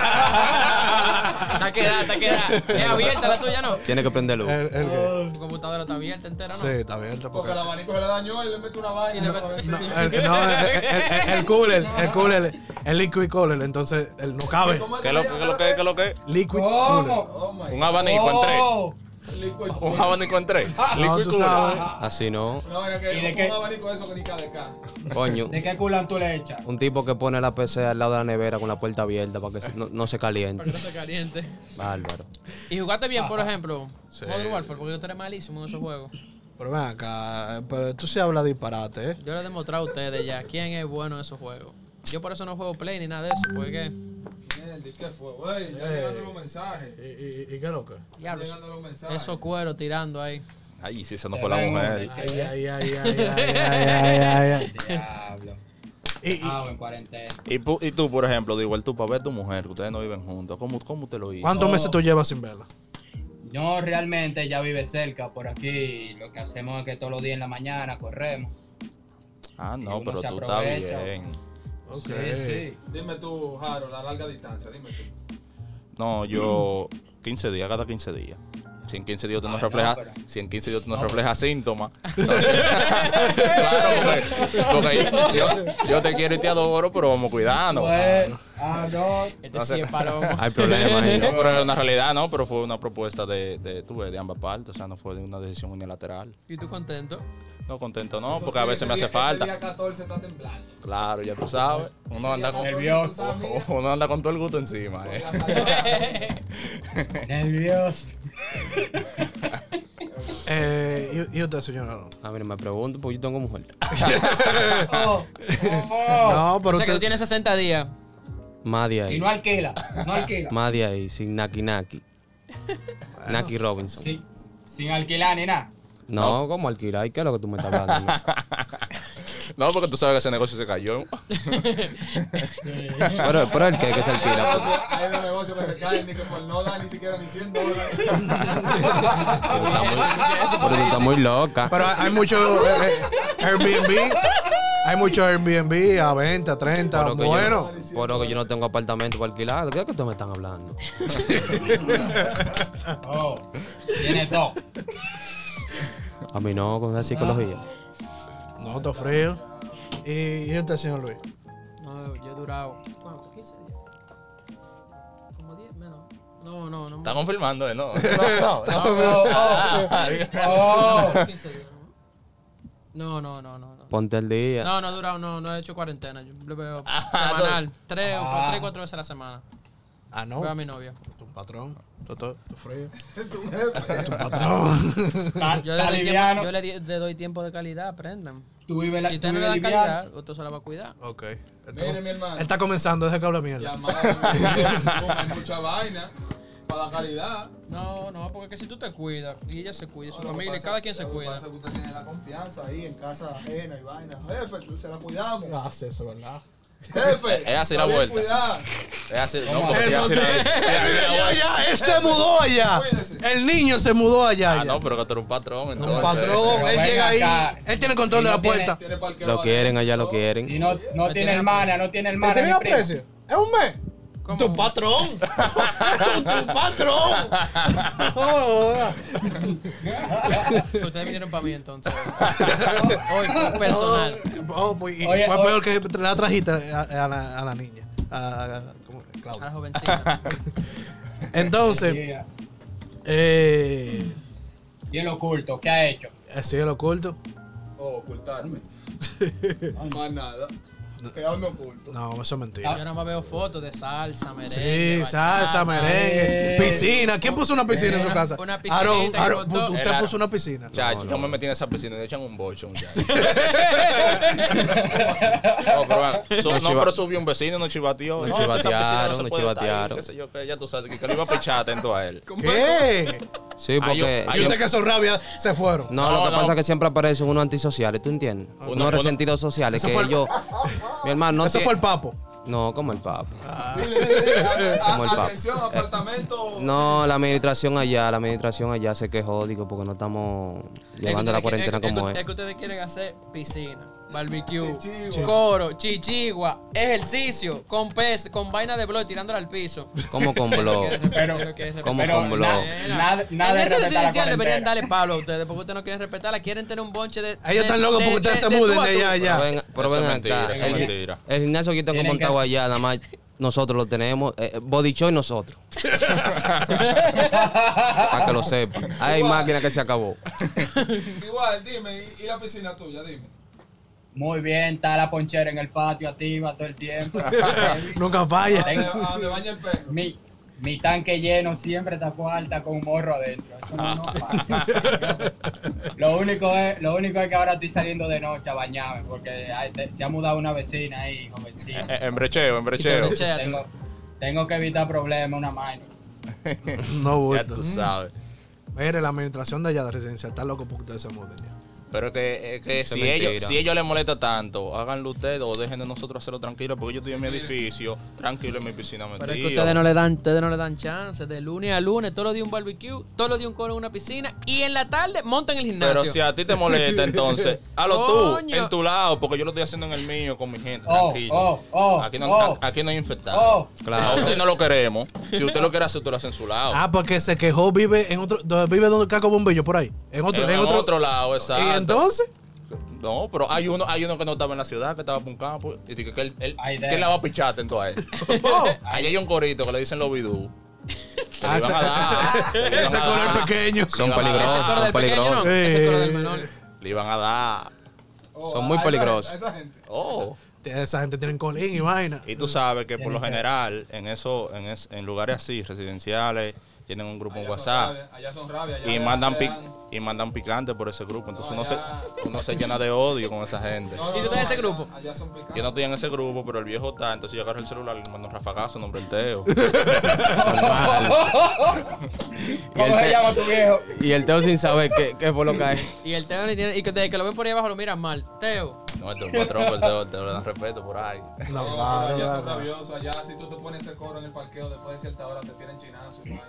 Speaker 6: no.
Speaker 2: Está quedada, está quedada. Es abierta la tuya, ¿no?
Speaker 1: Tiene que prender el uno.
Speaker 4: El, el que-
Speaker 2: Tu computadora está abierta entera, ¿no?
Speaker 4: Sí, está abierta
Speaker 6: Porque
Speaker 4: porque.
Speaker 6: el abanico se le dañó y le mete una vaina.
Speaker 2: Y le
Speaker 6: para
Speaker 2: mete-
Speaker 6: ver si-
Speaker 4: El, no, el, el, el- el cooler, el cooler, el liquid cooler, entonces el no cabe.
Speaker 6: ¿Cómo es
Speaker 5: ¿Qué es lo que,
Speaker 6: llama?
Speaker 5: qué es lo que, qué es lo que?
Speaker 4: Liquid cooler.
Speaker 3: ¿Cómo?
Speaker 6: Oh my
Speaker 5: Un abanico en tres.
Speaker 3: Oh,
Speaker 6: liquid.
Speaker 5: Un abanico en tres.
Speaker 4: No,
Speaker 5: Liquid
Speaker 4: tú
Speaker 5: cooler.
Speaker 4: sabes.
Speaker 1: Así no.
Speaker 6: Una vaina
Speaker 3: ¿Y de
Speaker 6: que
Speaker 3: qué?
Speaker 6: un abanico de eso que ni cabe acá.
Speaker 1: Coño.
Speaker 3: ¿De qué culan tú le
Speaker 1: (laughs)
Speaker 3: echas?
Speaker 1: Un tipo que pone la PC al lado de la nevera con la puerta abierta para que se- no, no se
Speaker 2: Para que
Speaker 1: caliente.
Speaker 2: no se caliente.
Speaker 1: Bárbaro.
Speaker 2: Y jugaste bien, por ejemplo, Modern Warfare, porque tú eres malísimo en esos juegos.
Speaker 4: Pero ven acá, pero tú sí hablas disparate, ¿eh?
Speaker 2: Yo les he demostrado a ustedes ya quién es bueno en esos juegos. Yo por eso no juego Play ni nada de eso, porque...
Speaker 6: Mierda, ¿y qué fue? Güey,
Speaker 4: Eh.
Speaker 6: ya llegando los mensajes.
Speaker 4: ¿Y, y, y qué loco?
Speaker 2: Diablo,
Speaker 6: Llegando los mensajes.
Speaker 2: esos cueros tirando ahí.
Speaker 5: Ay, sí, se nos fue la mujer.
Speaker 4: Ay, ay, ay, ay, ay,
Speaker 1: (laughs)
Speaker 4: ay, ay, ay, ay.
Speaker 3: Diablo.
Speaker 4: Y- y-
Speaker 3: Ah, en cuarentena.
Speaker 5: Y, pu- y tú, por ejemplo, digo, el tú para ver a tu mujer, que ustedes no viven juntos, ¿cómo, cómo te lo hizo?
Speaker 4: ¿Cuántos meses tú llevas sin verla?
Speaker 3: No, realmente ya vive cerca por aquí. Lo que hacemos es que todos los días en la mañana corremos.
Speaker 5: Ah,
Speaker 3: Y
Speaker 5: no,
Speaker 3: uno
Speaker 5: pero
Speaker 3: se
Speaker 5: tú estás
Speaker 3: aprovecha.
Speaker 5: bien.
Speaker 3: Sí, sí.
Speaker 6: Dime tú, Jaro, la larga distancia, dime
Speaker 4: (laughs)
Speaker 6: tú.
Speaker 5: No, yo 15 días, cada 15 días. Si en 15 días tú no
Speaker 3: no,
Speaker 5: reflejas,
Speaker 3: pero-
Speaker 5: si en 15 días tú no reflejas (laughs) síntomas. entonces- claro, porque, porque yo, yo te quiero y te adoro, pero vamos cuidando.
Speaker 3: Pues, Ah, no.
Speaker 2: Este sí es palomo.
Speaker 1: Hay problemas ahí.
Speaker 5: No, pero es una realidad, ¿no? Pero fue una propuesta de, de, tú ves, de ambas partes. O sea, no fue de una decisión unilateral.
Speaker 2: ¿Y tú contento?
Speaker 5: No, contento no, porque a veces me hace falta.
Speaker 6: 14 está temblando.
Speaker 5: Claro, ya tú sabes. Uno anda con,
Speaker 3: Nervioso.
Speaker 5: uno anda con todo el gusto encima. eh.
Speaker 3: (laughs) Nervioso.
Speaker 4: Eh, y, y usted, señora.
Speaker 1: A mí no me pregunto porque yo tengo mujer.
Speaker 3: Oh, oh.
Speaker 4: No,
Speaker 2: o
Speaker 4: pero
Speaker 2: sea que tú
Speaker 4: usted.
Speaker 2: tienes 60 días.
Speaker 1: Más de
Speaker 3: (laughs) Y
Speaker 1: ahí.
Speaker 3: no alquila. No alquila.
Speaker 1: Más de ahí, sin Naki
Speaker 4: (laughs)
Speaker 1: Naki. Naki Robinson.
Speaker 3: Sí, sin alquilar ni nada.
Speaker 1: No, como alquilar, ¿y ¿qué es lo que tú me estás hablando? man?
Speaker 5: No, porque tú sabes que ese negocio se cayó.
Speaker 1: pero, pero el que que se alquila. pues.
Speaker 6: Hay los negocios que se caen, ni que por no dar ni siquiera ni 100 dólares.
Speaker 1: Pero está muy- pero está muy loca.
Speaker 4: (laughs) Pero hay hay mucho eh, eh, Airbnb. Hay mucho Airbnb a 20, a 30.
Speaker 1: Pero que
Speaker 4: bueno.
Speaker 1: Yo, por lo que yo no tengo apartamento para alquilar. ¿De qué es que ustedes me están hablando?
Speaker 3: Oh,
Speaker 2: (laughs)
Speaker 3: tiene dos.
Speaker 1: A mí no, con esa psicología.
Speaker 4: No, está frío. Y, y usted, señor Luis.
Speaker 2: No, yo he durado. ¿Cuánto? 15 días. Como 10 menos. No, no, no.
Speaker 5: Está confirmando, ¿eh? No, no, no.
Speaker 3: Oh, oh, oh.
Speaker 2: 15 días. No, no, no, no. no.
Speaker 1: (laughs) Ponte al día.
Speaker 2: No, no he durado, no, no he hecho cuarentena. Yo le veo semanal, tres o
Speaker 3: Ah.
Speaker 2: tres y cuatro veces a la semana.
Speaker 4: Ah, no.
Speaker 2: Veo a mi novia.
Speaker 4: Tu patrón. Tu, tu- tu frío.
Speaker 6: tu jefe.
Speaker 4: Tu patrón.
Speaker 3: Está,
Speaker 4: Ah,
Speaker 2: Yo
Speaker 3: está
Speaker 2: le, doy tiempo,
Speaker 3: liviano.
Speaker 2: yo le di- le doy tiempo de calidad, aprendan.
Speaker 3: Tú
Speaker 4: Pues
Speaker 3: vives la
Speaker 2: Si
Speaker 3: tú
Speaker 2: usted no le
Speaker 3: vives
Speaker 2: da
Speaker 3: liviano.
Speaker 2: calidad, usted se la va a cuidar.
Speaker 4: (laughs) ok.
Speaker 6: Mire,
Speaker 4: Está,
Speaker 6: mi hermano.
Speaker 4: está comenzando, deja que hable mierda.
Speaker 6: Llamado. Hay mucha vaina. Para la calidad.
Speaker 2: No, no, porque que si tú te cuidas y ella se cuida, y su
Speaker 6: Lo que
Speaker 2: familia,
Speaker 6: pasa-
Speaker 2: cada quien se
Speaker 6: lo que
Speaker 2: cuida.
Speaker 6: pasa es que usted tiene la confianza ahí en casa ajena y vaina. Jefe, tú se la cuidamos.
Speaker 4: Hace eso, ¿verdad?
Speaker 6: Jefe.
Speaker 5: Es así la
Speaker 6: sabes
Speaker 5: vuelta.
Speaker 6: cuidar.
Speaker 5: Es así, no, porque si
Speaker 4: Eso
Speaker 5: así
Speaker 4: sí.
Speaker 5: la- si así la-
Speaker 4: Ya, ya, él se mudó allá.
Speaker 6: Cuídese.
Speaker 4: El niño se mudó allá.
Speaker 5: Ah,
Speaker 4: ya.
Speaker 5: no, pero que tú eres un patrón, entonces. eh,
Speaker 4: Un patrón,
Speaker 3: Pero
Speaker 4: él
Speaker 3: ven
Speaker 4: llega ahí.
Speaker 3: acá.
Speaker 4: Él tiene el control
Speaker 3: Y
Speaker 4: de
Speaker 3: no
Speaker 4: la
Speaker 3: tiene-
Speaker 4: puerta.
Speaker 6: Tiene parqueo
Speaker 1: Lo quieren,
Speaker 6: adentro.
Speaker 1: allá lo quieren.
Speaker 3: Y no, no tiene
Speaker 2: tiene
Speaker 3: hermana, no tiene
Speaker 4: ¿Te
Speaker 3: hermana.
Speaker 4: tienen
Speaker 3: ni
Speaker 4: a
Speaker 3: primo.
Speaker 4: precio? Es un mes.
Speaker 2: ¿Cómo?
Speaker 4: Tu patrón. tu patrón. (laughs) Joda.
Speaker 2: (laughs) Ustedes vinieron para mí
Speaker 4: (laughs)
Speaker 2: entonces. Hoy fue personal.
Speaker 4: Oh, pues, y
Speaker 3: Oye,
Speaker 4: fue
Speaker 3: oye.
Speaker 4: peor que la trajiste a, a la, a la niña. A, a- ¿cómo?
Speaker 2: A la
Speaker 4: Claudia. (laughs)
Speaker 2: jovencita.
Speaker 4: Entonces,
Speaker 3: Yeah.
Speaker 4: eh,
Speaker 3: Y el oculto, ¿qué ha hecho?
Speaker 4: así lo oculto.
Speaker 6: Oh, ocultarme. Más nada. Quedarme oculto.
Speaker 4: No, eso es
Speaker 2: Yo
Speaker 4: mentira.
Speaker 2: nada más veo fotos de salsa, merengue.
Speaker 4: Sí,
Speaker 2: bachata.
Speaker 4: salsa,
Speaker 3: eh.
Speaker 4: merengue, piscina. ¿Quién puso una piscina en su
Speaker 2: Una-
Speaker 4: casa?
Speaker 2: una piscinita que costó-
Speaker 4: tú- usted
Speaker 5: Claro.
Speaker 4: puso una piscina.
Speaker 5: Chacho, yo me metí en esa piscina y le echan un bocho, muchacho. (laughs) no, pero, bueno, su- no,
Speaker 1: chiva-
Speaker 5: pero subió un vecino, no
Speaker 1: No
Speaker 5: chivateó. No, que esa piscina
Speaker 1: chivatearon,
Speaker 5: se
Speaker 1: no
Speaker 5: puede estar ahí,
Speaker 1: chivatearon.
Speaker 5: qué sé yo, que ya tú sabes que, que le iba a pichar atento a él.
Speaker 4: ¿Qué?
Speaker 1: Sí, porque.
Speaker 5: Ay,
Speaker 4: Y
Speaker 5: yo-
Speaker 4: usted que son rabia se fueron.
Speaker 1: No, lo
Speaker 5: No,
Speaker 1: que
Speaker 5: no.
Speaker 1: pasa es que siempre aparecen unos antisociales, ¿tú entiendes?
Speaker 5: Uno- uno-
Speaker 1: unos resentidos sociales que
Speaker 4: fue el-
Speaker 1: yo. Mi hermano, no
Speaker 4: Eso
Speaker 1: tie-
Speaker 4: fue el papo.
Speaker 1: No, como el papa.
Speaker 6: (laughs) Dile, dile, a- a-
Speaker 1: Como el papa. Eh,
Speaker 6: Atención, apartamento.
Speaker 1: No, la administración allá, la administración allá se quejó, digo, porque no estamos
Speaker 2: Es que
Speaker 1: llevando la
Speaker 2: ustedes-
Speaker 1: cuarentena
Speaker 2: es que-
Speaker 1: como
Speaker 2: es.
Speaker 1: es.
Speaker 2: que ustedes quieren hacer piscina, barbecue,
Speaker 6: Chichigua.
Speaker 2: coro, chichigua, ejercicio, con pez, con vaina de blog tirándola al piso.
Speaker 1: Como con blog.
Speaker 3: Pero-
Speaker 1: Como
Speaker 3: pero
Speaker 1: con blog.
Speaker 3: na-
Speaker 1: Eh,
Speaker 3: nada, nada de
Speaker 2: en ese
Speaker 3: respetar la
Speaker 2: residencial deberían
Speaker 3: cuarentena.
Speaker 2: darle palo a ustedes, porque ustedes no quieren respetarla, quieren tener un bonche de.
Speaker 4: Ellos están locos porque ustedes se muden de allá a allá.
Speaker 1: Pero ven, pero
Speaker 5: Eso
Speaker 1: ven
Speaker 5: es mentira,
Speaker 1: acá.
Speaker 5: eso es mentira.
Speaker 1: El, el gimnasio que yo tengo
Speaker 3: Tienen
Speaker 1: montado
Speaker 3: que-
Speaker 1: allá, nada más nosotros lo tenemos. eh, Body Show y nosotros. Para que lo sepan. Hay máquina que se acabó.
Speaker 6: Igual, dime, ¿y- ¿y la piscina tuya? Dime.
Speaker 3: Muy bien, está la ponchera en el patio activa todo el
Speaker 2: (laughs)
Speaker 3: tiempo.
Speaker 4: Nunca
Speaker 6: ¿A
Speaker 4: falla.
Speaker 6: donde, a donde baña el perro?
Speaker 3: mi, mi tanque lleno siempre está alta con un morro adentro. Eso no,
Speaker 4: Ah.
Speaker 3: no falla. lo, único es, lo único es que ahora estoy saliendo de noche a bañarme porque hay- te- se ha mudado una vecina ahí, jovencita.
Speaker 5: Eh, En brecheo, en brecheo.
Speaker 3: Tengo, tengo que evitar problemas, una
Speaker 4: (laughs)
Speaker 3: mano.
Speaker 4: (laughs) No,
Speaker 5: Ya
Speaker 4: bulto.
Speaker 5: tú sabes.
Speaker 4: Mire, la administración de allá de residencia está loco porque ustedes se muden ya.
Speaker 5: Pero que, eh, que
Speaker 1: Eso
Speaker 5: si,
Speaker 1: es mentira.
Speaker 5: ellos, si ellos les molesta tanto, háganlo ustedes o dejen de nosotros hacerlo tranquilo, porque yo estoy en mi edificio, tranquilo en mi piscina
Speaker 2: Pero
Speaker 5: metido.
Speaker 2: es que ustedes no le dan, ustedes no le dan chance. De lunes a lunes, todos los días un barbecue, todos los días un coro en una piscina y en la tarde montan el gimnasio.
Speaker 5: Pero si a ti te molesta, entonces,
Speaker 4: (laughs)
Speaker 5: hazlo tú,
Speaker 2: Coño.
Speaker 5: en tu lado, porque yo lo estoy haciendo en el mío con mi gente,
Speaker 3: Oh,
Speaker 5: tranquilo.
Speaker 3: oh, oh,
Speaker 5: aquí, no,
Speaker 3: oh.
Speaker 5: a- aquí no hay infectado.
Speaker 3: Oh.
Speaker 1: Claro.
Speaker 5: A usted no lo queremos. Si usted lo quiere hacer, usted lo hace en su lado.
Speaker 4: Ah, porque se quejó, vive en pues, otro, do- vive donde el Caco Bombillo, por ahí. En otro,
Speaker 5: en,
Speaker 4: en otro.
Speaker 5: otro lado, exacto.
Speaker 4: ¿Y entonces?
Speaker 5: No, pero hay uno, hay uno que no estaba en la ciudad, que estaba por un campo. Y dije que él, él-
Speaker 3: Ay,
Speaker 5: que
Speaker 3: de- Oh.
Speaker 5: él la va a pichar
Speaker 3: (laughs)
Speaker 5: atento a él. Allá hay un corito que le dicen los bidú. Que le iban a dar. que le
Speaker 4: Ah, Ese
Speaker 5: iban a
Speaker 4: color
Speaker 5: dar,
Speaker 4: pequeño.
Speaker 1: Son
Speaker 5: Ese coro
Speaker 1: peligrosos, son
Speaker 2: del pequeño,
Speaker 1: peligrosos.
Speaker 2: ¿no? Ese coro del
Speaker 4: Sí.
Speaker 2: menor.
Speaker 5: Le iban a dar.
Speaker 6: Oh,
Speaker 1: Son
Speaker 6: a-
Speaker 1: muy
Speaker 6: a esa
Speaker 1: peligrosos.
Speaker 6: gente, a esa gente.
Speaker 5: Oh.
Speaker 4: Esa gente tiene colín y vaina.
Speaker 5: Y tú sabes que por
Speaker 3: Tienen
Speaker 5: lo
Speaker 3: que-
Speaker 5: general, en eso, en, es- en lugares así, residenciales, tienen un grupo en
Speaker 6: Allá son
Speaker 5: WhatsApp.
Speaker 6: rabia, Allá son rabia. allá
Speaker 5: Y
Speaker 6: le-
Speaker 5: mandan,
Speaker 6: le
Speaker 5: pic-
Speaker 6: dan-
Speaker 5: y mandan picante por ese grupo. Entonces
Speaker 6: No,
Speaker 5: uno, se,
Speaker 6: allá-
Speaker 5: uno se llena de odio con esa gente.
Speaker 6: No, no,
Speaker 2: ¿Y tú
Speaker 6: no,
Speaker 2: estás en ese
Speaker 6: allá-
Speaker 2: grupo?
Speaker 6: Allá son picantes.
Speaker 5: Yo no estoy en ese grupo, pero el viejo está. Entonces yo agarro el celular y le mando un rafagazo, nombre el Teo.
Speaker 3: ¿Cómo se llama tu viejo?
Speaker 1: Y el Teo sin saber qué, qué fue lo que
Speaker 2: (laughs)
Speaker 1: hay.
Speaker 2: Y el Teo ni tiene. Y que desde que lo ven por ahí abajo lo miran mal. Teo.
Speaker 5: No, este es un patrón, pero el Teo, el Teo le dan respeto por ahí.
Speaker 4: No, claro,
Speaker 6: No, pero allá
Speaker 4: claro,
Speaker 6: son
Speaker 4: claro.
Speaker 6: rabiosos. Allá si tú te pones ese coro en el parqueo, después de cierta hora te tiran chinazo y vaina.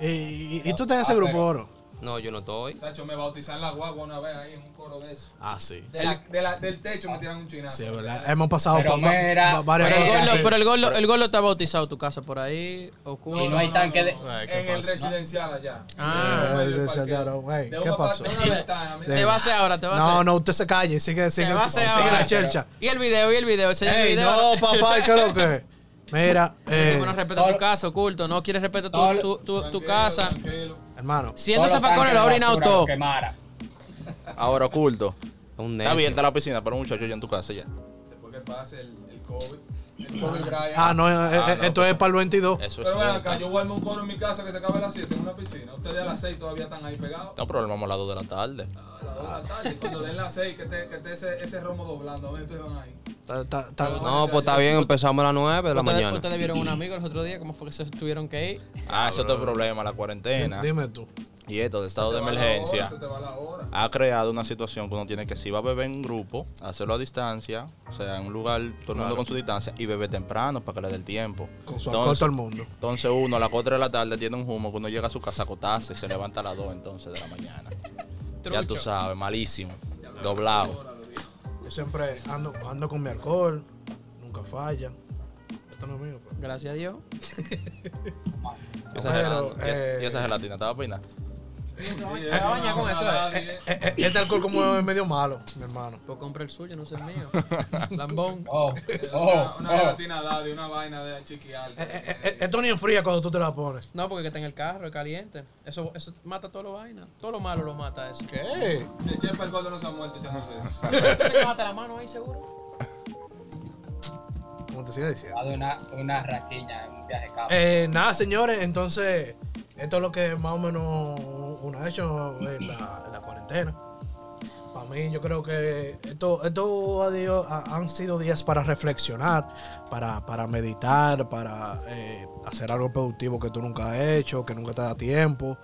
Speaker 4: Y, y- y tú estás en ese
Speaker 3: Ah,
Speaker 4: grupo,
Speaker 3: pero-
Speaker 4: oro.
Speaker 1: No, yo no estoy.
Speaker 6: Tacho, me bautizan la guagua una vez ahí en un coro de eso.
Speaker 4: Ah, sí.
Speaker 6: De la- de la- del techo me tiran un chinazo.
Speaker 4: Sí, es verdad. Hemos pasado
Speaker 3: Pero
Speaker 4: por va-
Speaker 3: mira,
Speaker 4: va- varias
Speaker 2: Pero el
Speaker 4: cosas.
Speaker 2: gordo,
Speaker 4: sí.
Speaker 2: pero el gordo, el gordo está bautizado en tu casa por ahí.
Speaker 3: Y
Speaker 2: Oscuro.
Speaker 3: no hay tanque de.
Speaker 2: Ay, ¿qué
Speaker 6: en el
Speaker 2: pasa?
Speaker 6: residencial allá.
Speaker 2: Ah.
Speaker 6: En medio del
Speaker 4: Eh, se
Speaker 6: parqueo.
Speaker 4: sentaron, güey,
Speaker 6: De
Speaker 4: ¿qué
Speaker 6: una pa-
Speaker 4: pasó?
Speaker 6: de una ventana, mira.
Speaker 2: Te va a hacer ahora, te va a hacer.
Speaker 4: No, no, usted se calle, sigue, sigue,
Speaker 2: va a hacer
Speaker 4: sigue
Speaker 2: ahora,
Speaker 4: la
Speaker 2: pero-
Speaker 4: chelcha.
Speaker 2: Y el video, y el video. Ese el
Speaker 4: Ey,
Speaker 2: video.
Speaker 4: no, papá, ¿qué es lo que? es? (laughs) Mira,
Speaker 2: (laughs) El
Speaker 4: eh,
Speaker 2: tipo no respeta tu
Speaker 3: Todo-
Speaker 2: casa, oculto. No quieres respetar tu,
Speaker 3: Todo-
Speaker 2: tu, tu, tu
Speaker 6: Tranquilo,
Speaker 2: casa.
Speaker 6: tranquilo.
Speaker 4: hermano,
Speaker 2: Siendo
Speaker 3: Todos los
Speaker 2: zafacones, lo ha
Speaker 3: tanques de
Speaker 2: orinado
Speaker 3: basura
Speaker 2: todo.
Speaker 3: los quemara.
Speaker 5: Ahora oculto.
Speaker 1: Un
Speaker 5: Está
Speaker 1: necio.
Speaker 5: abierta la piscina para un muchacho ya en tu casa ya.
Speaker 6: Después que pase el, el COVID. El COVID Brian.
Speaker 4: ah, no, eh,
Speaker 5: Ah,
Speaker 4: eh,
Speaker 5: no,
Speaker 4: esto
Speaker 5: pues-
Speaker 4: es para el 22.
Speaker 5: Eso es.
Speaker 6: Pero ven acá,
Speaker 5: No,
Speaker 6: yo vuelvo un coro en mi casa que se acaba a las 7 en una piscina. Ustedes a las 6 todavía están ahí pegados.
Speaker 5: pero lo vamos a las 2 de la tarde.
Speaker 6: A las 2 de la tarde. y Cuando den las 6, que esté que esté ese, ese romo doblando. A ver, ustedes van ahí.
Speaker 4: Ta- ta- ta-
Speaker 1: No, pues está bien, empezamos a las 9 de la
Speaker 2: Ustedes,
Speaker 1: mañana.
Speaker 2: ustedes vieron a un amigo el otro día, cómo fue que se tuvieron que ir.
Speaker 5: Ah, eso es otro problema, la cuarentena.
Speaker 4: Dime tú.
Speaker 5: Y esto de estado de
Speaker 6: Se te va la
Speaker 5: emergencia.
Speaker 6: hora, Se te va la hora.
Speaker 5: ha creado una situación que uno tiene que si va a beber en grupo, hacerlo a distancia, o sea, en un lugar, todo el mundo con su distancia, y beber temprano para que le dé el tiempo.
Speaker 4: Con su alcohol todo el mundo.
Speaker 5: entonces uno a las 4 de la tarde tiene un humo, que uno llega a su casa a acotarse y se levanta a las 2 entonces de la mañana. Ya tú
Speaker 2: Trucho.
Speaker 5: sabes, malísimo, doblado.
Speaker 4: Yo siempre ando, ando con mi alcohol, nunca falla. Esto no es mío, pues.
Speaker 2: Gracias a
Speaker 4: (laughs)
Speaker 2: Dios.
Speaker 5: Y esa,
Speaker 4: Pero,
Speaker 5: gelatina, y-
Speaker 4: eh,
Speaker 5: y esa gelatina estaba peinada.
Speaker 2: Se va a bañar con eso, eh.
Speaker 6: eh.
Speaker 4: Eh, eh, Este alcohol como es medio malo, mi hermano.
Speaker 2: Pues compra el suyo, no es el mío. Lambón.
Speaker 3: Oh,
Speaker 6: Una,
Speaker 3: oh,
Speaker 6: una
Speaker 3: oh.
Speaker 6: gelatina daddy, una vaina de chiquial.
Speaker 4: Eh, eh, eh, esto ni enfría cuando tú te la pones.
Speaker 2: No, porque que está en el carro, es caliente. Eso, eso mata todo lo vaina. Todo lo malo lo mata eso. ¿Qué?
Speaker 4: ¿Qué?
Speaker 6: El chepa el gordo no se ha muerto, ya no sé eso.
Speaker 2: te mata la mano ahí seguro?
Speaker 4: Como te sigo diciendo.
Speaker 3: Ha dado una, una raquiña en un viaje cabo.
Speaker 4: Eh, nada, señores, entonces, esto es lo que más o menos uno ha hecho en la, en la cuarentena. Para mí, yo creo que esto, esto ha dio- ha- han sido días para reflexionar, para, para meditar, para eh, hacer algo productivo que tú nunca has hecho, que nunca te da tiempo.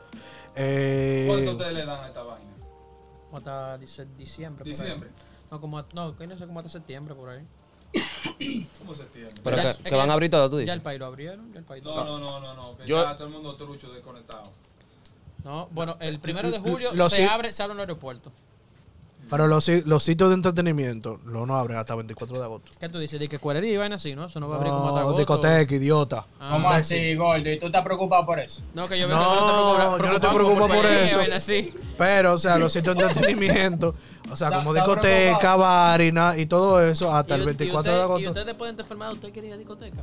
Speaker 4: Eh,
Speaker 6: ¿Cuánto ustedes le dan a esta vaina?
Speaker 2: Hasta dice- diciembre. por ahí.
Speaker 6: Diciembre.
Speaker 2: No, como, no, que no sé, como hasta septiembre por ahí.
Speaker 6: ¿Cómo septiembre?
Speaker 1: Pero
Speaker 2: Ya-
Speaker 1: que, que van a abrir todo, tú
Speaker 2: Ya
Speaker 1: dices.
Speaker 2: el país lo abrieron, ya el país lo
Speaker 6: No, no, no, no, no. Que
Speaker 5: Yo-
Speaker 6: ya todo el mundo trucho desconectado.
Speaker 2: No, bueno, el primero de julio
Speaker 4: Lo
Speaker 2: se
Speaker 4: sí-
Speaker 2: abre, se abre un aeropuerto.
Speaker 4: pero los, si- los sitios de entretenimiento lo no abren hasta 24 de agosto.
Speaker 2: ¿Qué tú dices? De que cuerería y vaina así, ¿no? Eso no va a abrir como hasta
Speaker 4: No,
Speaker 2: agosto.
Speaker 4: discoteca, idiota.
Speaker 2: Ah,
Speaker 3: ¿Cómo así, gordo? ¿Y tú estás preocupado por eso?
Speaker 2: No, que yo
Speaker 4: No,
Speaker 2: veo que
Speaker 4: yo no
Speaker 2: tú
Speaker 4: estoy
Speaker 2: estás preocupa-
Speaker 4: preocupado por
Speaker 2: cuerería y
Speaker 4: eso.
Speaker 2: vaina así.
Speaker 4: Pero, o sea, los
Speaker 2: (laughs)
Speaker 4: sitios de entretenimiento, o sea,
Speaker 6: Da-
Speaker 4: como
Speaker 6: da
Speaker 4: discoteca,
Speaker 6: preocupado.
Speaker 4: bar y, na- y todo eso, hasta
Speaker 2: Y-
Speaker 4: el
Speaker 2: y
Speaker 4: 24
Speaker 2: usted-
Speaker 4: de
Speaker 2: Y
Speaker 4: agosto.
Speaker 2: ustedes después de enfermar, ¿usted quiere ir a discoteca?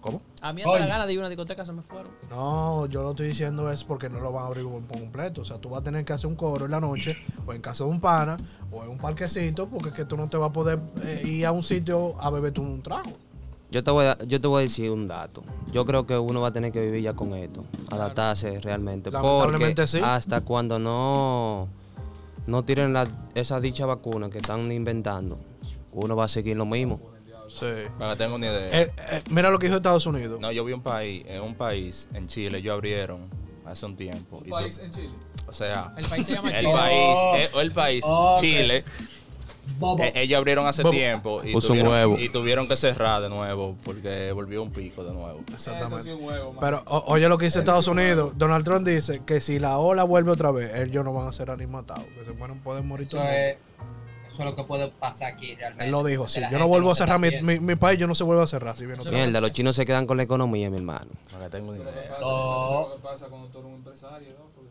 Speaker 4: ¿Cómo?
Speaker 2: A mí hasta la
Speaker 3: Oye.
Speaker 2: gana de ir a una discoteca se me fueron.
Speaker 4: No, yo lo estoy diciendo es porque no lo van a abrir por por completo. O sea, tú vas a tener que hacer un coro en la noche, o en casa de un pana, o en un parquecito, porque es que tú no te vas a poder eh, ir a un sitio a beberte un trago.
Speaker 1: Yo te, voy a, yo te voy a decir un dato. Yo creo que uno va a tener que vivir ya con esto, adaptarse realmente.
Speaker 4: Lamentablemente
Speaker 1: porque
Speaker 4: sí.
Speaker 1: hasta cuando no, no tiren la, esa dicha vacuna que están inventando, uno va a seguir lo mismo.
Speaker 4: Sí. Eh.
Speaker 5: Para que tenga una idea.
Speaker 4: mira lo que hizo Estados Unidos.
Speaker 5: No, yo vi un país, en un país, en Chile, ellos abrieron hace un tiempo.
Speaker 6: Un
Speaker 5: y tú-
Speaker 6: país en Chile.
Speaker 5: o sea,
Speaker 2: El país se llama
Speaker 5: el
Speaker 2: Chile.
Speaker 5: país,
Speaker 3: Oh.
Speaker 5: eh, el país,
Speaker 3: Ok.
Speaker 5: Chile.
Speaker 3: Bobo.
Speaker 5: Eh, ellos abrieron hace tiempo y
Speaker 1: Puso un
Speaker 5: tuvieron,
Speaker 1: huevo.
Speaker 5: y tuvieron que cerrar de nuevo porque volvió un pico de nuevo.
Speaker 6: Eso sí es un huevo, man.
Speaker 4: Pero o- oye lo que dice Estados Unidos. Donald Trump dice que si la ola vuelve otra vez, ellos no van a ser animatados. Que se pueden, pueden morir todo
Speaker 3: Eso
Speaker 4: el mundo.
Speaker 3: es, eso es lo que puede pasar aquí realmente.
Speaker 4: Él lo dijo, sí.
Speaker 3: La
Speaker 4: Yo
Speaker 3: gente
Speaker 4: no vuelvo a
Speaker 3: se
Speaker 4: cerrar mi,
Speaker 3: está
Speaker 4: mi- mi país, yo no se vuelve a cerrar. Si bien otra vez.
Speaker 1: Mierda, los chinos se quedan con la economía, mi hermano.
Speaker 5: Para que tenga una
Speaker 3: eh,
Speaker 6: Eso es lo
Speaker 5: idea.
Speaker 6: que pasa,
Speaker 3: No.
Speaker 6: eso es lo que pasa cuando tú eres un empresario, ¿no? Porque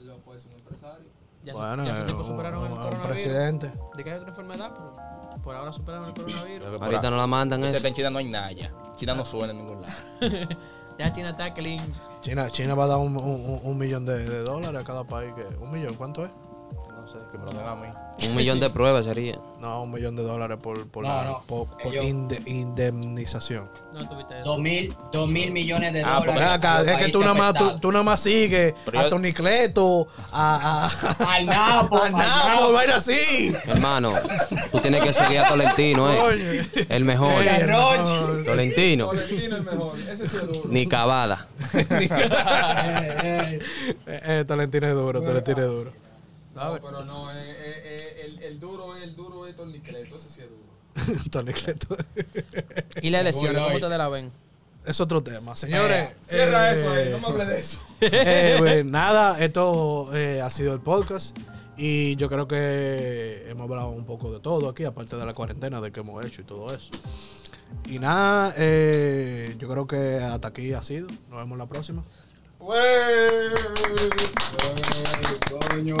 Speaker 6: él no puede ser un empresario.
Speaker 2: Ya,
Speaker 4: Bueno,
Speaker 2: ya esos
Speaker 4: eh,
Speaker 2: tipos
Speaker 4: un-
Speaker 2: superaron el
Speaker 4: un- un
Speaker 2: coronavirus.
Speaker 4: presidente.
Speaker 2: De que hay otra enfermedad, pero por ahora superaron el coronavirus.
Speaker 5: Creo que por
Speaker 1: Ahorita
Speaker 5: ahí-
Speaker 1: no la mandan
Speaker 5: Dice
Speaker 1: eso.
Speaker 5: que en China no hay nada. China no suena en ningún lado.
Speaker 2: Ya China está clean.
Speaker 4: China, China va a dar un, un- un- un millón de, de dólares a cada país. Que, ¿Un millón? ¿Cuánto es?
Speaker 5: No sé, que me lo den a mí.
Speaker 1: Un millón de pruebas sería.
Speaker 4: No, un millón de dólares por, por,
Speaker 3: No,
Speaker 4: la-
Speaker 3: no.
Speaker 4: por- por
Speaker 3: Ellos-
Speaker 4: inde- indemnización.
Speaker 2: No tuviste eso.
Speaker 3: Dos mil, dos mil millones de
Speaker 5: Ah,
Speaker 3: dólares.
Speaker 5: porque
Speaker 4: pues Ven acá,
Speaker 3: los
Speaker 4: es que tú
Speaker 3: países
Speaker 4: nada, más, tú,
Speaker 3: afectados.
Speaker 4: tú nada más sigues
Speaker 5: Pero
Speaker 4: a
Speaker 5: yo-
Speaker 4: Tony Cleto, a, (laughs) a,
Speaker 3: Al Napo,
Speaker 4: a
Speaker 3: al
Speaker 4: Napo,
Speaker 3: Napo.
Speaker 4: vaina así.
Speaker 1: Hermano, tú tienes que seguir a Tolentino, ¿eh?
Speaker 4: Coño.
Speaker 1: El mejor.
Speaker 4: Ey,
Speaker 3: Roche.
Speaker 4: hermano.
Speaker 1: Tolentino.
Speaker 6: Florentino es mejor. Ese sí es duro.
Speaker 1: Ni Cavada.
Speaker 3: Eh, eh.
Speaker 4: Eh, eh, Tolentino es duro, Tolentino es duro. (laughs)
Speaker 6: No, pero no, eh, eh, eh, el, el duro es el duro es Tornicleto, ese sí es duro.
Speaker 4: Tony Cleto.
Speaker 2: Y la elección,
Speaker 3: Bueno,
Speaker 2: ¿cómo
Speaker 3: hoy.
Speaker 2: ustedes la ven?
Speaker 4: Es otro tema. Señores,
Speaker 6: Cierra
Speaker 4: eh,
Speaker 6: eso ahí, no me hables de eso.
Speaker 4: eh, pues, nada, esto eh, ha sido el podcast. Y yo creo que hemos hablado un poco de todo aquí, aparte de la cuarentena, de que hemos hecho y todo eso. Y nada, eh, yo creo que hasta aquí ha sido. Nos vemos la próxima.
Speaker 6: Wey.
Speaker 3: Coño.